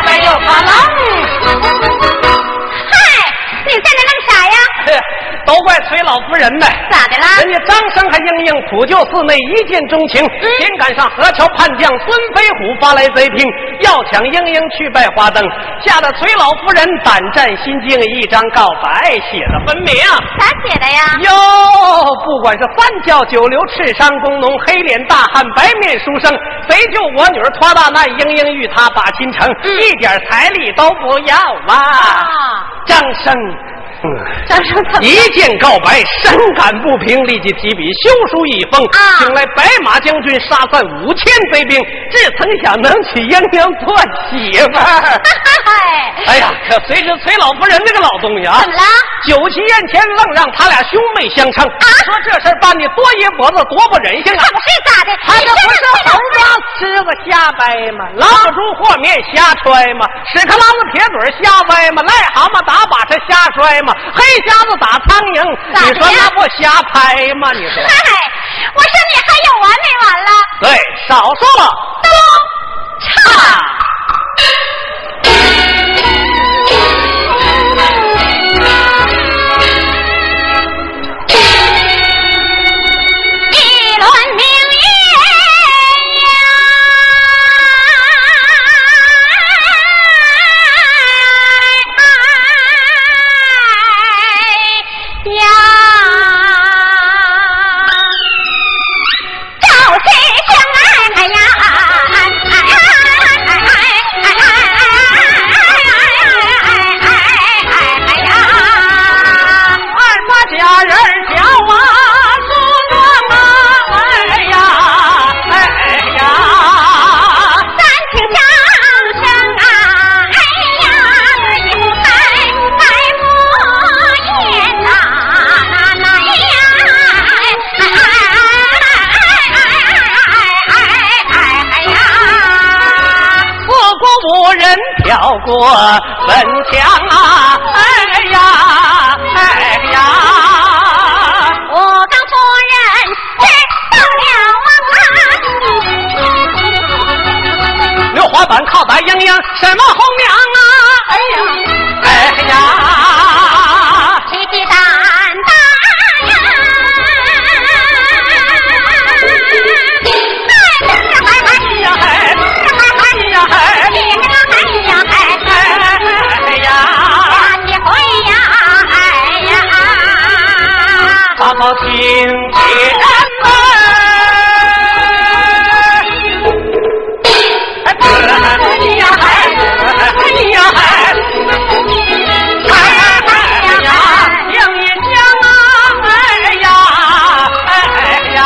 哎人呗。咋的啦？人家张生还英英普救寺内一见钟情，偏赶上河桥叛将孙飞虎发来贼听，要抢英英去拜花灯，吓得崔老夫人胆战心惊，一张告白写的分明。啊咋写的呀？哟，不管是三教九流、赤山工农、黑脸大汉、白面书生，谁救我女儿脱大难？英英遇他把心诚，一点彩礼都不要啊！啊，张生。嗯张生怎么了？一见告白，深感不平，立即提笔修书一封，啊请来白马将军杀散五千贼兵，只曾想能娶英英做媳妇儿。 嗨，哎呀，可谁知崔老夫人这个老东西啊，怎么了？酒席宴前愣让他俩兄妹相称，啊说这事儿办的多爷脖子多不人性啊！可不是咋的？他这不是你这猴子吃子瞎掰吗？老母猪和面瞎揣吗？屎壳郎子撇嘴瞎掰吗？癞蛤蟆打把式瞎摔吗？黑瞎子打苍蝇，咋的呀你说那不瞎拍吗？你说嗨，我说你还有完没完了？对，少说了。啊都差。一轮明月呀，赵氏相爱呀，二八家人儿叫啊，苏罗妈儿呀，哎呀，三请张生啊，哎呀，不在不在我也呐，哎呀，哎哎哎哎哎呀！过过无人跳过坟墙啊，哎呀，哎呀，我当夫人知道了啊！溜滑板靠打泱泱，什么红娘啊，哎呀，哎呀，鸡鸡蛋蛋呀，哎呀嗨，哎呀嗨，哎呀，高高挺起人们。哎呀嗨，哎呀嗨。哎呀，英英香啊，哎呀，哎呀，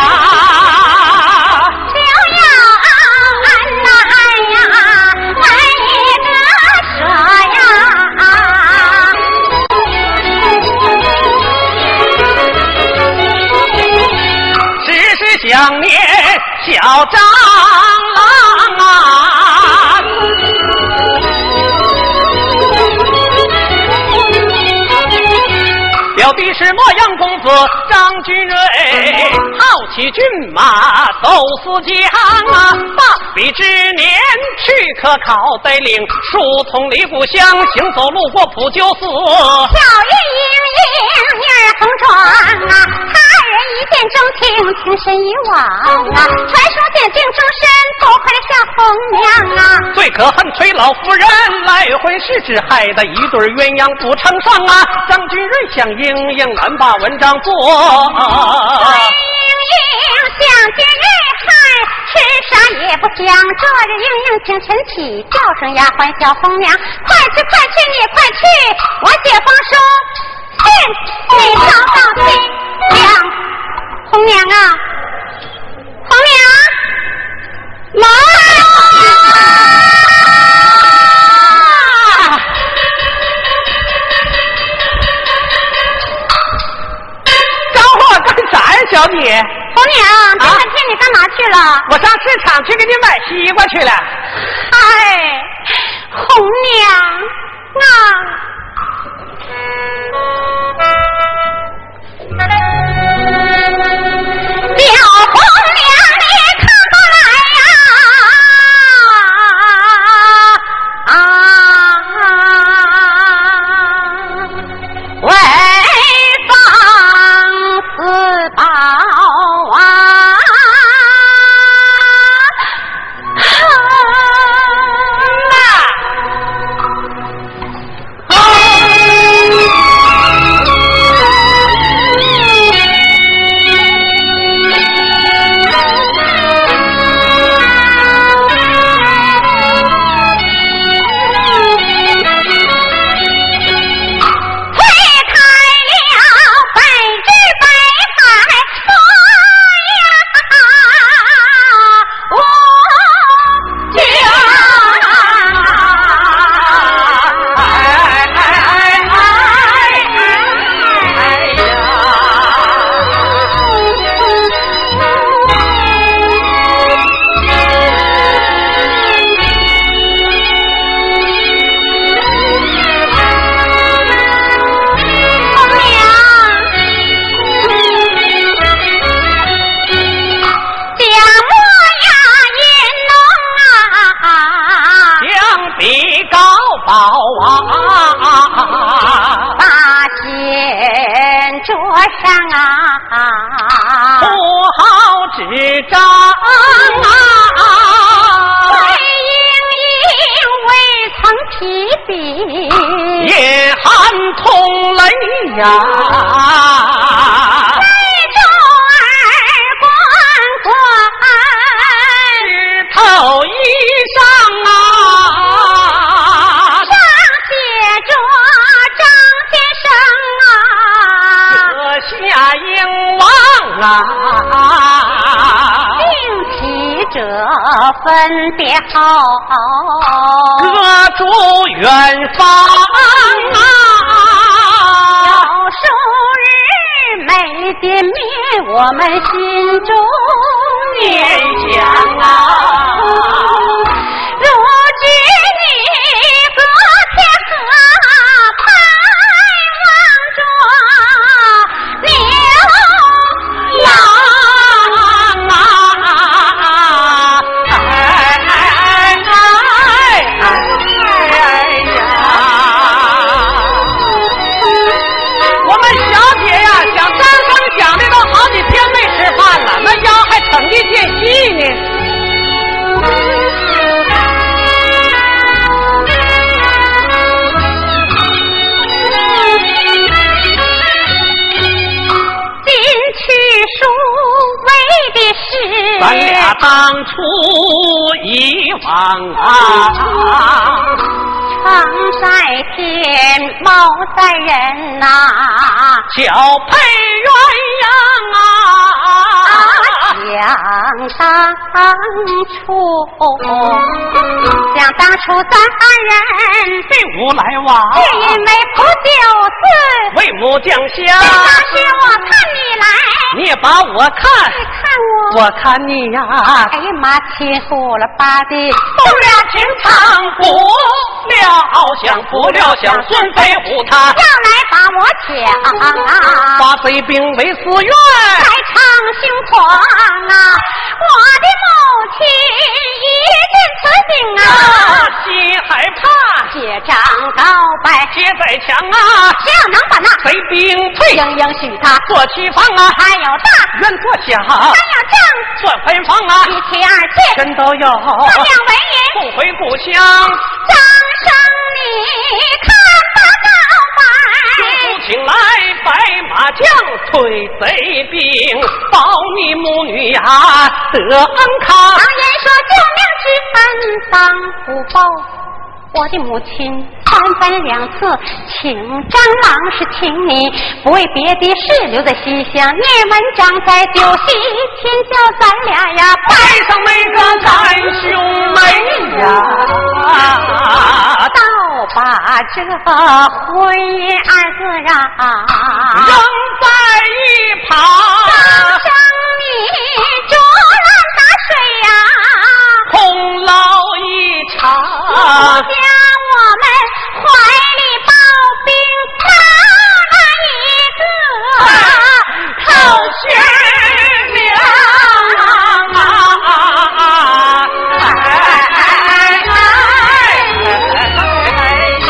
只是想念小蟑螂啊，表弟是洛阳公子张居瑞，好奇骏马走四江啊，大比之年去可考，得领书从李谷乡，行走路过普救寺。小玉莺莺儿红妆啊，他人一见钟情，情深一往啊。传说点睛周身不快的小红娘啊，最可恨崔老夫人来回是只害得一对鸳鸯不成双啊！张君瑞想英英难把文章做，哎莺莺想今日汉，吃啥也不香。这日莺莺清晨起，叫声丫鬟小红娘，快去快去你快去，我姐夫说是你找到新娘。红娘啊，红娘，妈。张罗干啥呀，小姐？红娘，这半天你干嘛去了？我上市场去给你买西瓜去了。哎，红娘啊！表红娘，你看过来呀、啊！为方啊张啊，魏莺莺未曾提笔，夜寒痛泪呀，杯中耳光管，枝头衣裳啊上，写着张先生啊，阁下英王啊，病体者分别后。各住远方啊。有数日没见面，我们心中念想啊如知你隔天河畔望着牛郎。我们小姐呀，想三更想的都好几天没吃饭了，那腰还挺得见细呢。今去书为的是，咱俩当初以往啊，床在天，猫在人呐、小配鸳鸯啊。想当初，想当初咱二人这无来往，是因为不九字，为母降当下，时我看你来，你也把我看，你看我，我看你呀、哎呀妈，亲呼了吧的，不料情藏不料想，不料想孙飞虎他要来把我抢。发贼兵为私怨，来唱凶狂啊！我的母亲一见此景啊，心害怕，血涨高摆，哎接在墙啊，只要能把那贼兵退，英英许他，坐西方啊，还有大，冤坐下，三两正，算分房啊，一妻二妾，全都有，三两为银，送回故乡，张生你看把高摆，请来白马将，推贼兵，保你母女呀、得安康常。言说救命之恩当不报。我的母亲三番两次请张郎是请你，不为别的事留在西厢，念文章在酒席前叫咱俩呀拜上那个咱兄妹呀、倒把这婚姻二字扔啊，在一旁。张生你浊了打水呀、空劳一啊，场将，我们怀里抱冰他一个好学娘啊！哎哎哎哎呀！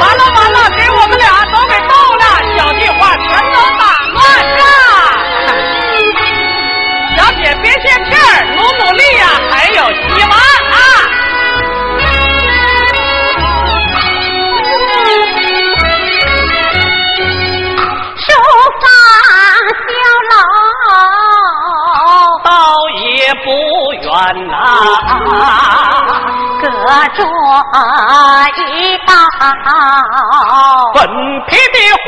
完了完了，给我们俩都给逗了，小计划全都打乱了。小姐别泄气儿，努努力呀、还有希望啊！书房倒也不远呐、小楼隔着一道粉皮的花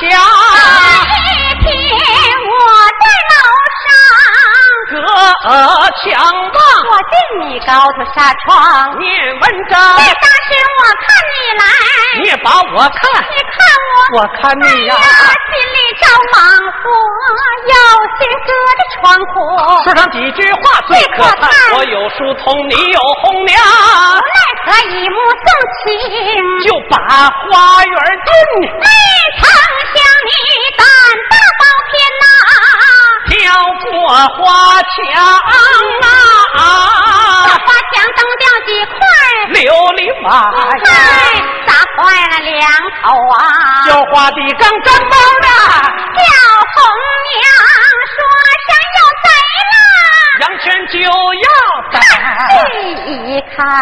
墙。一天我在楼隔墙上，望，我见你高头纱窗，念文章这，当时我看你你来，也把我你看看，我，我看你呀、哎心里着忙，我有心隔着窗户，说上几句话最可叹，我有书童，你有红娘，奈何一目送情。就把花园进没曾想你胆大包天呐、飘过花墙把啊，花墙蹬掉几块，琉璃瓦呀，哎，砸坏了两头啊！浇啊花的缸沾包的，叫红娘说声又脏看，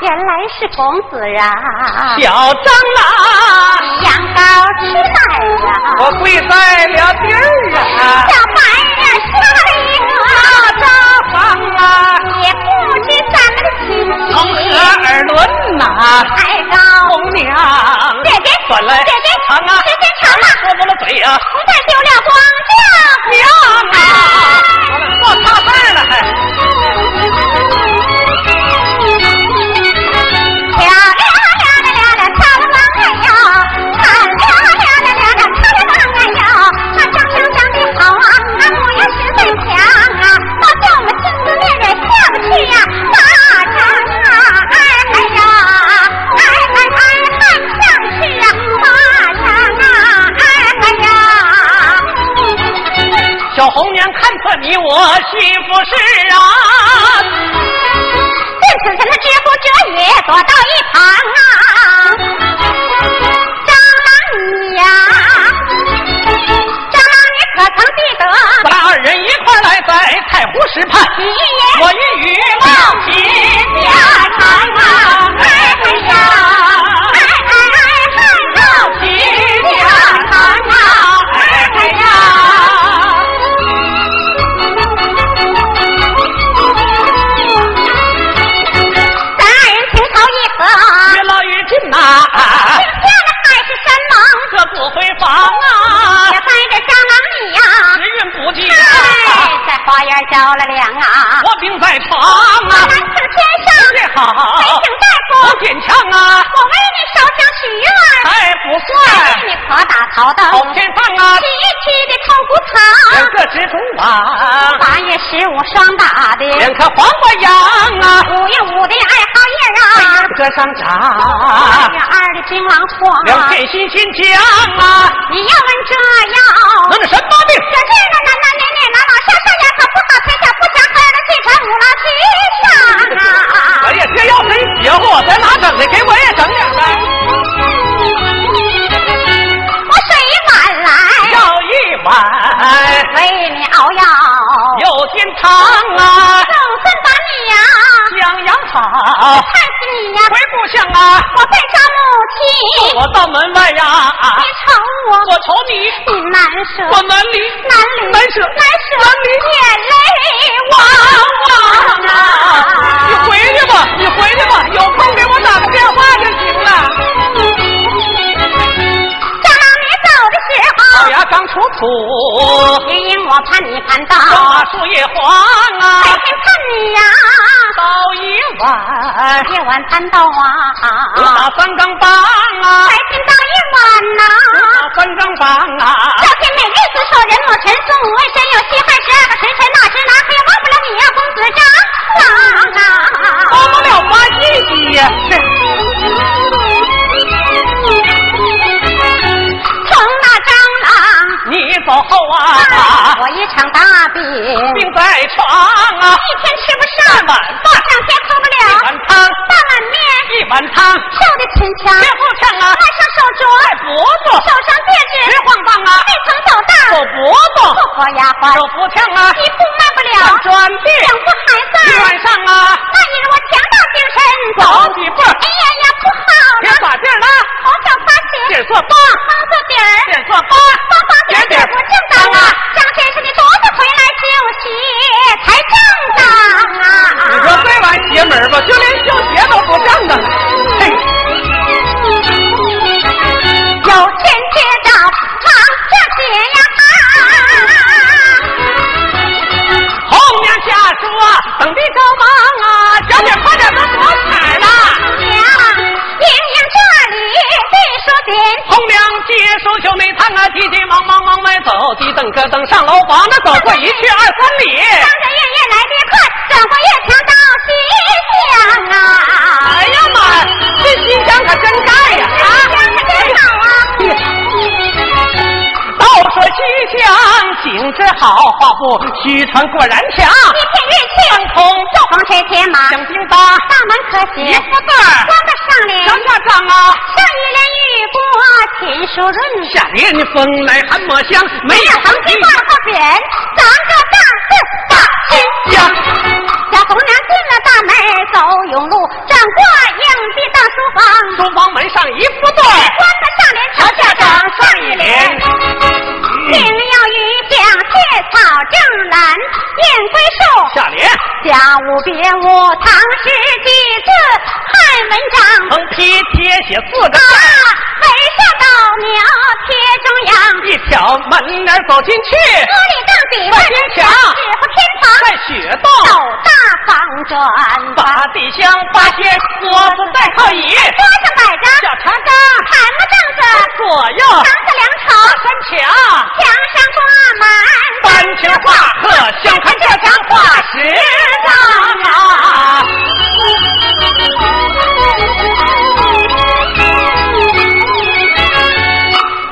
原来是公子啊！小啊蟑螂，羊羔吃奶了，我跪在了地儿啊，小白呀吓一大个，蟑螂啊，也不知咱们的亲戚。从何而论呐、太高，红娘，姐姐转来姐姐长啊，姐姐长啊说不了嘴啊，不再丢了光娘啊哎，我差事儿了还。亮亮亮亮亮亮，苍狼哎呦，惨亮亮亮亮亮，苍狼哎呦，那张良长得好啊，那模样十分强啊，倒叫我们心思面软下不去呀，那张啊，哎哎呀，哎哎哎汉上去呀，那张啊，哎哎呀。小红娘看破你我媳妇是啊，对此臣的知乎者也躲到一旁啊，蟑螂你呀，蟑螂你可曾记得咱俩二人一块儿来在太湖石畔，你也我与雨抱浪起起家常啊，哎哎呀，哎哎哎汉抱朝起起家家常常啊啊，哎哎哎哎呀呀。咱二人情投意合，月老与近呐、漂亮海誓山盟，这不回房啊也，拜着蟑螂你呀、时运不济啊，哎，在花园着了凉啊，我病在床我啊南，请天上这好北，请大夫，我坚强啊，我为你烧香许愿，还不为算，你可打头灯，好天放啊七，七的痛骨草，这蜘蛛网，八月十五霜打的，两颗黄瓜秧啊，五月五的爱好叶啊，和尚八长月，二的槟榔黄，两片心心讲啊，你要问这药，能治什么病？这这个男男女女男老少少爷可不好推销，不想孩儿的气场五老七上哎啊！呀，这药真邪乎，在哪整的？给我也整两个，我水碗来要一碗。为你熬药，有天堂啊，总算把你呀养养好，看死你呀！回故乡啊，我被招怒气，我到门外呀、你瞅我我，瞅你，你难舍我难离，难离难舍，难舍，眼泪汪汪汪汪啊！你啊！回去吧，你回去吧，有空给我打个电话就行了。当你走的时候老，牙刚出土，只因我盼你盼到，小马树叶黄啊白，天盼你呀、倒一碗，夜晚盼到我啊，打三更棒啊白，天到夜晚呐、我打三更棒啊。赵天美日子受人母陈送为神有西汉十二个时辰，那时哪可忘不了你呀、公子张郎啊！帮不了八弟弟呀。从那蟑螂你走后啊，我一场大病，一病在床啊，天吃不上，半碗饭，两天喝不一了，碗汤，半碗面，一碗汤，瘦的逞强，啊别不呛啊，爱上手镯，不做手上戒指别，晃荡啊，还曾走哦道，手不不做活丫鬟，手不呛啊，一步迈不了站，砖地，两步还一在，晚上啊，那一日我强打精神走几步，哎呀呀，不别好了，耍劲儿了，头上发劲青，儿做棒，方子底儿。劲儿做棒，花花点点点点不正当啊！张先生，你多子回来就鞋才正当啊！你说这玩意儿邪门儿吧，就连绣鞋都不干呢。嗯嘿，有天接着长这鞋呀！啊红娘下说，等地着忙啊，小姐快点都多彩了。娘，莹莹这里必说点，红娘接手袖内探啊，急急忙忙往外走，急蹬咯蹬上楼房，那走过一去二三里。张着月月来得快，转过月墙到西厢啊！哎呀妈呀，这新疆可真盖呀！啊，真好啊！倒说西厢景致好，画布虚传果然强。一片日气，半空凤凰吹铁马，响叮当，大门可一喜。幅字儿光个上脸，上上下张啊，一帘玉波，锦书润，下联你风来寒墨香，没有两横横批批挂了后匾，咱个大字大呀新疆。小红娘进了大门，走甬路，正蓝燕归寿。下联家务别无唐诗几字汉文章。横批贴写四个啊字，，围上稻苗贴中央，一挑门帘走进去，玻璃杠底万人墙，墙指挥偏旁在雪斗洞大方砖，把地箱八仙桌子带靠椅，桌上摆着啊小茶缸盘子凳子，左右房子梁朝，三墙，墙上挂满丹青画鹤，相看这张画石蟑当啊螂。。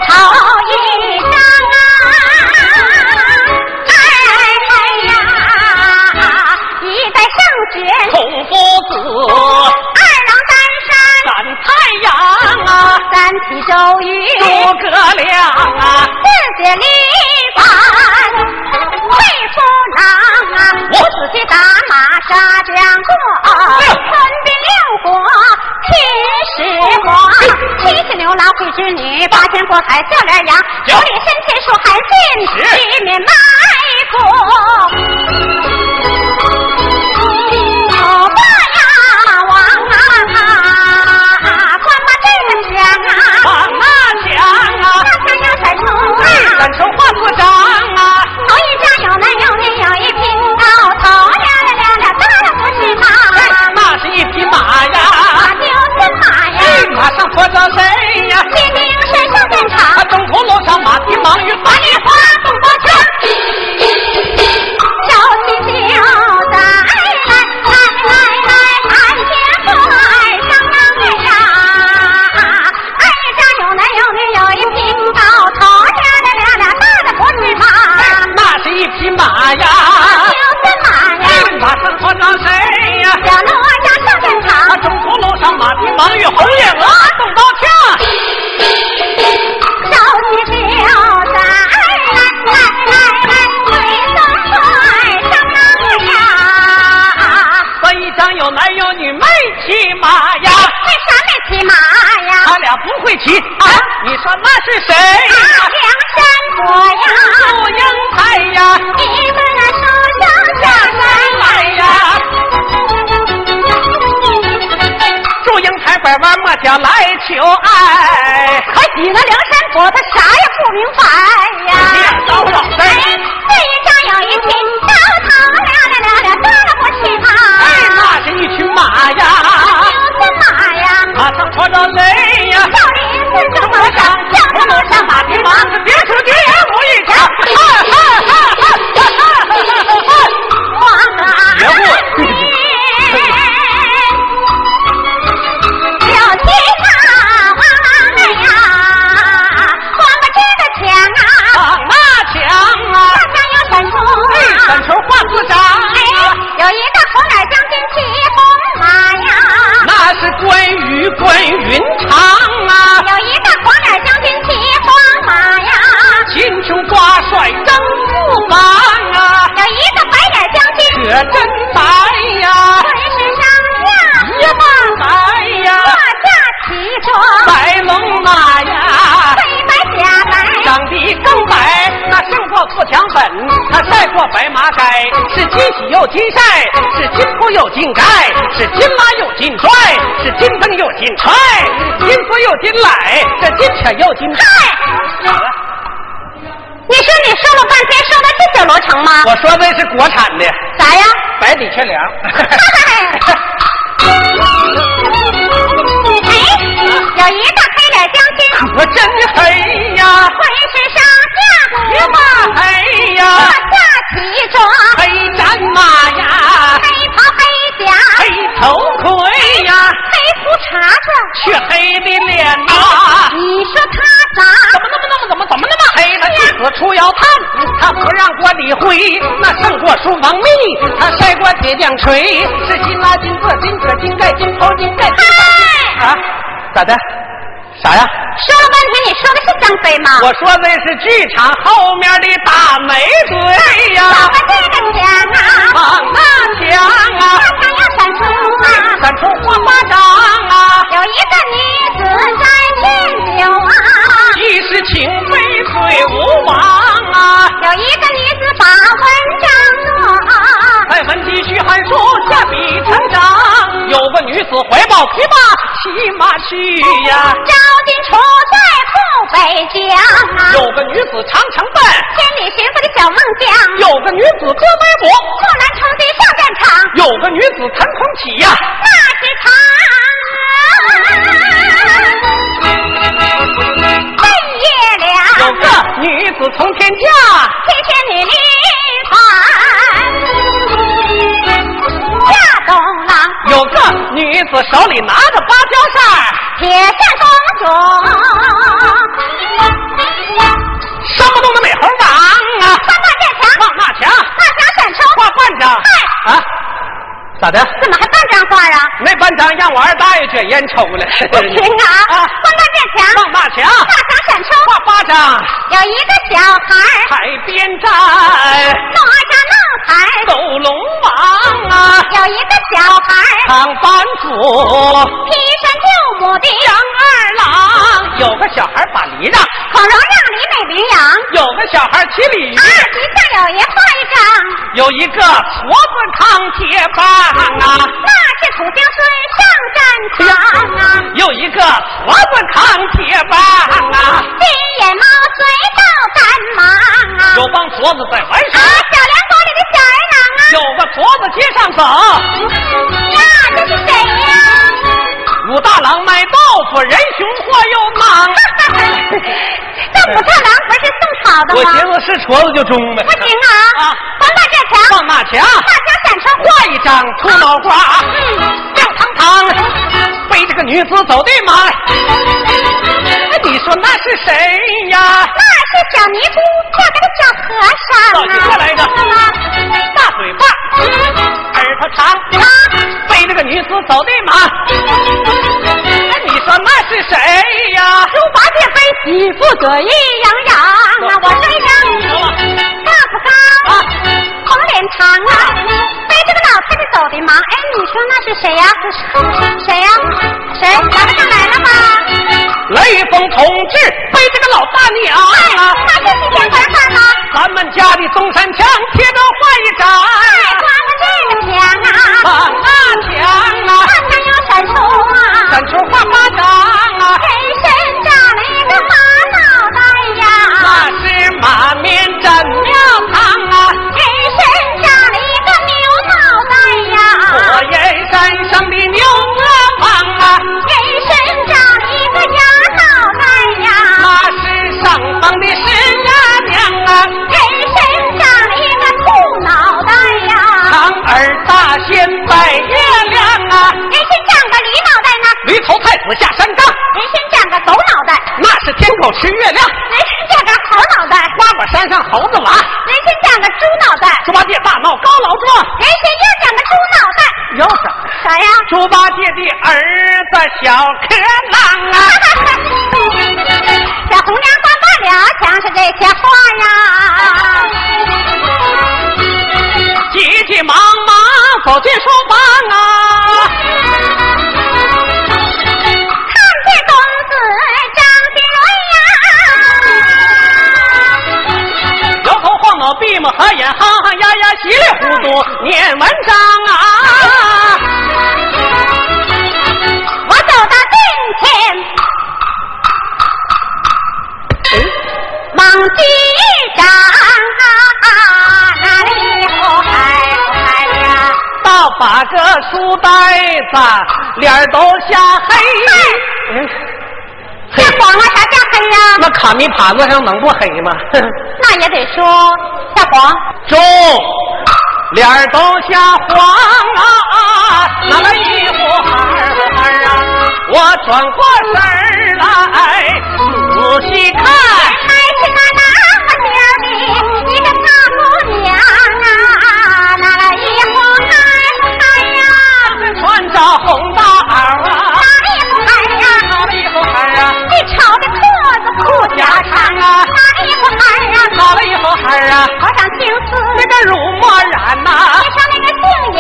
头一张啊，哎呀，一代圣贤，孔夫子，二郎担赶太阳啊，山，三体周瑜，诸葛亮啊，四子李笆，魏夫郎啊，我五子棋打马杀将过，六吞并六国秦始皇，七十牛郎会织女，八仙过海笑脸扬，九九里深田树寒尽，十十面埋伏。有霸呀王啊，关关这个响啊。往啊墙大啊，墙哎有彩虫啊，染成画四张啊，头一张有男有女有一匹高头，亮亮亮亮，当然不是马，哎那是一匹马马呀，哎就是马呀，马上驮着谁呀？明明身上战他场，啊东土楼上马蹄忙于把翻梨花蹦高跷，手起袖带来，来来来，看天河二张郎呀，二张有男有女有一匹高头，亮亮亮亮，当然不是马。那是一匹马呀，就是马呀，马上驮着谁呀？小罗家上战他场，中途楼上马蹄忙于红叶鹅动刀枪。手起袖带来来来来，回头快上郎呀，说一张有男有女没骑马为呀，啥没骑马呀？他俩不会骑啊！你说那是谁呀？梁山伯呀，祝英台呀，你们那书生下山来呀。祝英台拐弯抹角来求爱。可抵那梁山伯，他啥也不明白呀。你俩叨扰哎，谁？这一张有一群高头亮亮亮亮，当然不是他，哎，那是一群马呀，就是马呀，马上驮着谁呀？少林寺正和尚，正和尚上马蹄忙，别处敌人无一条。王啊，别误会有天啊，王呀，王八真的强啊，往啊墙啊大，家有闪出啊。三头画四张啊。有一个红脸将军骑红马呀，那是关羽关云长啊，有一个黄脸将军骑黄马呀，秦琼挂帅张驸马啊，有一个白脸将军雪真白呀，浑身上下一半白呀，胯下骑着白龙马呀，黑白假白，长得更白，那胜过富强本，那赛过白马改，是金喜又金晒，是金铺又金盖，是金马又金拽，是金灯又金踹，金夫又金来，这金犬又金踹。好了，你说你说了半天，说的是小罗成吗？我说那是国产的。啥呀？白底缺 粮。哎，有一个黑脸将军我真黑呀，浑身上一下万黑胯呀，下骑着黑战马呀，黑袍黑甲。黑头盔呀，黑胡茬子，血黑的脸呐，你说他咋怎么那么那么怎么怎么那么哎黑呢？弟子出窑炭，他不让锅里灰，那胜过书房蜜，他晒过铁匠锤，是金拉金做金扯金盖金头金盖金嗨，啊？咋的？啥呀？说了半天，你说的是张飞吗？我说那是剧场后面的大煤堆呀、老婆这个娘啊，往那墙大啊，太阳闪出啊，闪出花巴掌啊，有一个女子在饮酒啊，一时情非水无望啊，有一个女子把味啊嘛去呀？招进厨在后北疆啊，有个女子长城奔，千里寻父的小孟姜，啊有个女子哥们儿木兰冲击上战场，有个女子弹空起呀、那是长半夜有凉，个女子从天降，七天女立盘，嫁东郎，有个女子手里拿着芭蕉扇儿，铁扇公主，什么东的美猴王啊，翻半面墙，望那墙，大墙闪出，画半张啊，咋的？怎么还半张画啊？那班长让我二大爷卷烟抽了，不行啊， 翻半面墙，望那墙，大墙闪出，画八张，有一个小孩儿。海边站，弄儿家弄孩儿，狗龙王啊，有一个小孩儿长板斧，劈山救母的杨二啊郎，有个小孩把梨让，孔融让李美名扬，啊，有个小孩骑鲤鱼。地上有一块章，有一个矬子扛铁棒啊，那是土星虽上战场啊，又一个矬子扛铁棒啊，金眼猫随到赶忙啊，有帮矬子在玩啊，耍，小梁沟里的小儿郎啊，有个矬子街上走，那这是谁呀、武大郎卖豆腐，人熊货又忙。哈哈，这武大郎不是宋朝的我吗寻？思是矬子就中呗不，行啊，啊翻半面墙，放那墙，大墙闪出画一张秃脑瓜，嗯，亮堂堂，背着个女子走的忙。哎你说那是谁呀？那是小尼姑嫁给了小和尚啊！到底过来一个大大嘴巴，耳朵长，背着个女子走的忙。你说那是谁呀？猪八戒飞起，不得意洋洋啊！我这样啊大不高，红脸长啊，背着个老太太走的忙。哎，你说那是谁呀、谁呀、谁？咱们上来了吗？雷锋同志背着个老大娘啊，那哎就是天官饭吗？咱们家的东山墙贴着画一张哎，光着这个墙啊，啊，那墙啊，看看有闪烁啊。咱出画八张啊，浑身长了一个马脑袋呀，那是马面斩庙堂啊，浑身长了一个牛脑袋呀啊火，焰山上的牛魔王啊，浑身长了一个羊脑袋呀，那是上方的石阿娘啊。浑身长了一个兔脑袋呀，长耳大仙拜月亮啊，人参长个驴脑袋呢，驴头太子下山岗，人参长个狗脑袋，那是天狗吃月亮，人参长个猴脑袋，花果山上猴子娃，人参长个猪脑袋，猪八戒大闹高牢庄，人参又长个猪脑袋，有啥？啥呀？猪八戒的儿子小柯郎啊，小红娘翻半了墙是这些话呀，急急忙忙走进书房啊，看见公子张金瑞呀，摇头晃脑，闭目合眼，哈哈呀呀，稀里糊涂念文章啊，我走到近前，往地上啊，哪里呼海呼海呀？倒把个书呆子脸儿都吓哎黑。嗯这黄啊，啥叫黑呀？那卡米盘子上能不黑吗？那也得说大黄，中，脸儿都吓黄啊，拿了一伙儿啊，我转过身儿来仔细看，还是个那么小的一个大姑娘啊，那个一红孩哎呀，穿着红大袄啊，那一红孩呀，拿了一伙儿啊，一瞅这裤子裤夹衩长啊，那一红孩呀，拿了一伙儿啊，头上青丝，那个乳墨染呐、背上那个杏眼，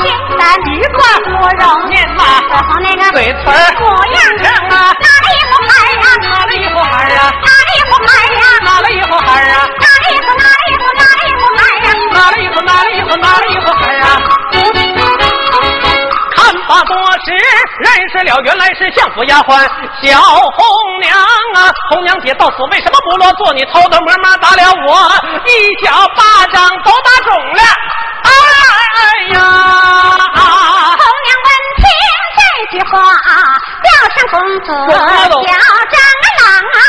青山绿一块冠芙蓉，面呐、紫红那个嘴唇儿模样正啊，那一红孩呀，拿了一伙儿啊，啊啊啊来了，原来是相府丫鬟小红娘啊！红娘姐到此为什么不落座？你偷偷摸摸打了我一脚巴掌，都打肿了！哎哎呀！红娘闻听这句话，叫声公子我知道小张郎啊！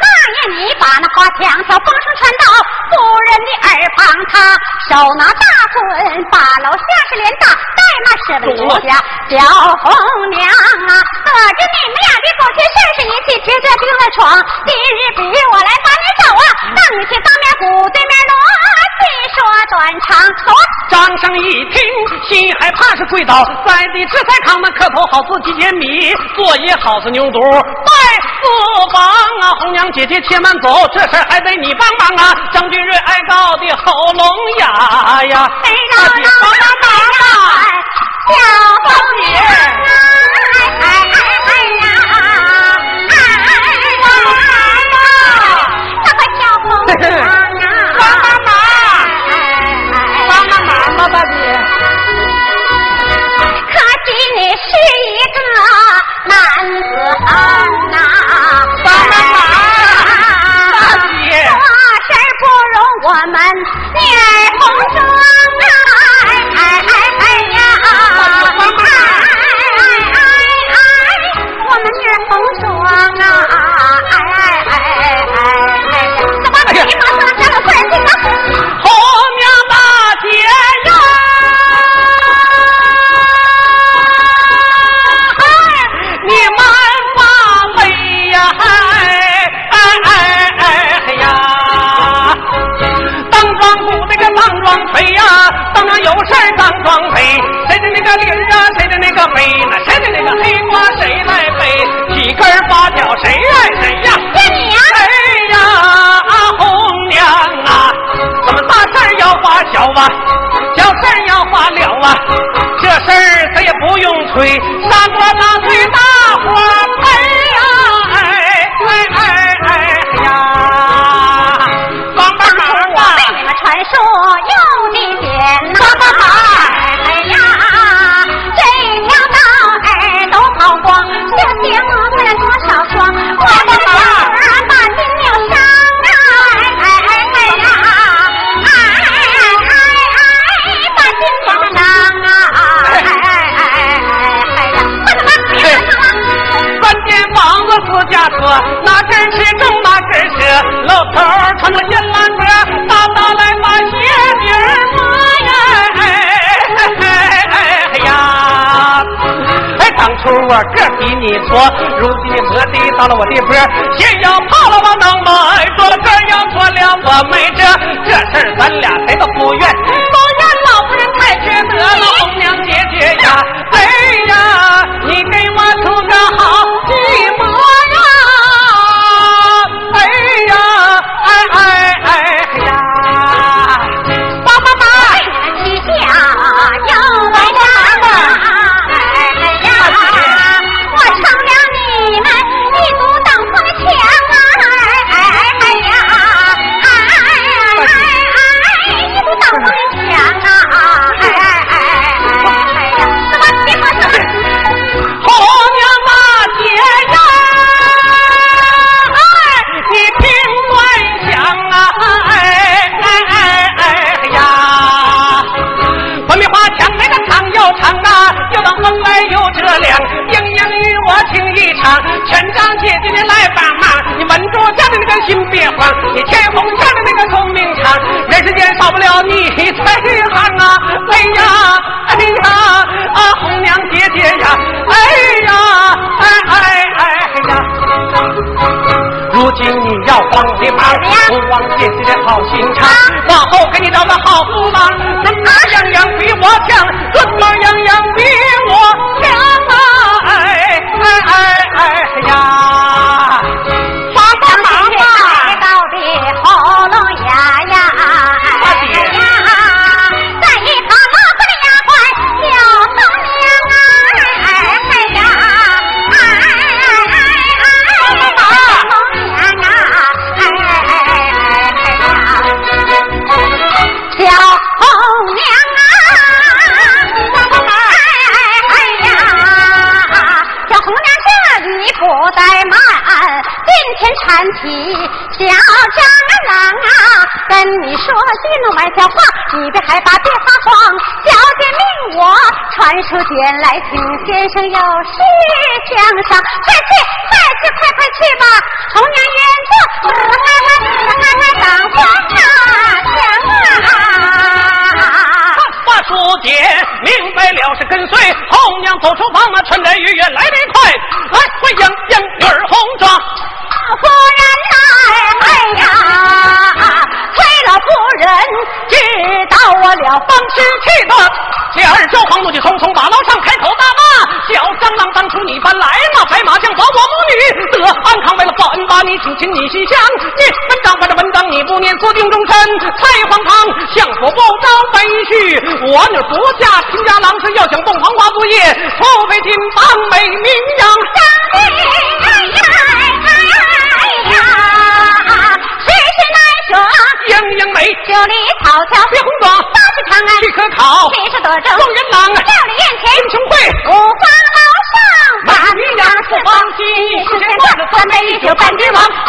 那夜你把那花枪挑风声传到夫人的耳旁，她手拿大棍，把楼下是连打，带骂是为懂奴了家小红娘啊！我着你们俩的狗蹄事是一起提着病了闯，今日比我来把你找啊！让你去当面鼓，对面锣，细说短长头。张生一听，心还怕是跪倒在地，这才扛那磕头好似几斤米，做也好似牛犊拜四方啊！红娘姐姐且慢走，这事儿还得你帮忙啊！张君瑞哀告的喉咙哑呀，哎呀，那你帮帮忙啊！小红娘啊，哎哎哎呀，哎呀，那个小红娘啊，帮帮忙，忙吧，大姐。可惜你是一个男子汉呐，帮帮忙大姐做事不容我们女儿红妆啊！哎哎哎哎呀！帮忙哎哎哎哎，我们女儿红妆啊！哎哎哎哎哎呀！那把你忙死了，咱们快点进房。红娘大姐呀！你们把泪呀，哎哎哎哎呀！当庄主那个郎庄陪呀，当庄有事儿当庄陪，谁的那个梨儿啊，谁的那个梅，那谁的那个黑瓜谁来背？几根儿八角谁爱谁呀？是你呀哎呀，红娘啊，咱们大事儿要发小啊，小事儿要发了啊，这事儿咱也不用催，杀锅大腿大伙儿陪呀，哎哎哎哎呀，帮帮忙吧，为你们传说用的点呐、哎呀，这条道儿都跑光，这鞋磨破了多少双，我的脚儿把筋扭伤啊！哎哎哎呀，哎哎哎，把筋扭伤啊！哎哎哎哎呀，快点吧，别上了。三间房子私家车，哪根儿是正哪根儿是，老头儿穿着新郎哥，大大来把鞋底儿磨呀，哎哎哎哎呀！哎，当初我个儿比你矬，如今何地到了我的坡，鞋要泡了往当买，多了个儿要错了我没辙，这事儿咱俩谁都不怨，都怨老夫人太缺德了，红娘姐姐呀，哎呀，你给我出个好计谋呀！哎呀，哎哎哎呀，帮帮忙！地下有白杨啊，哎呀，我成了你们一堵挡风的墙啊，哎呀，哎哎哎，一堵挡风的墙啊，哎哎哎哎呀，怎么别管怎么？红娘大姐呀，哎，你听端详啊，哎哎哎哎呀，我梅花墙来个长又长啊，又当风来又遮凉，莺莺与我情一场，全张姐姐你来帮忙，你稳住家的那个心别慌，你天红下的那个聪明肠，人世间少不了你才行啊，哎呀，哎呀，啊红娘姐姐呀，哎呀，哎哎哎呀。如今你要帮的忙，不忘姐姐的好心肠，往后给你找个好夫郎，什么样样比我强，什么样样比我强啊！哎哎哎哎呀，帮帮忙来吧！到的喉咙哑呀，哎呀，在一旁忙活的丫鬟小红娘啊，哎呀，哎哎哎哎，小红娘啊，哎哎哎哎呀，小红娘啊，哎哎哎呀，小红谈起小蟑螂啊，跟你说句弄玩笑话，你别害怕，别发慌，小姐命我传书简来，请先生有事相商，快去快去快快去吧，红娘冤错，我还还还还当官呐，强啊！把书简明白了是跟随后娘走出房啊，趁着月圆来得快，来回迎迎女儿红妆。夫人来哎呀，催了夫人知道我了，当时气的姐儿招皇怒气冲冲，马楼上开口大骂：“小蟑螂，当初你搬来嘛，白马将保我母女得安康，为了报恩把你请，请你西乡。你文章反正文章，你不念私定终身，太荒唐，相府不招白婿。我女不嫁秦家郎，是要想洞房花烛夜，除非金榜美名扬。”哎呀哎呀哎呀，世事难舍，英英美，九里草桥别红妆，八十长安，去可考，七十多州，状元郎，料理宴前啊英雄会。五花楼上，满满女女郎郎四四方方七七，世世间间惯惯了了三三杯杯一一酒酒半半君君王王，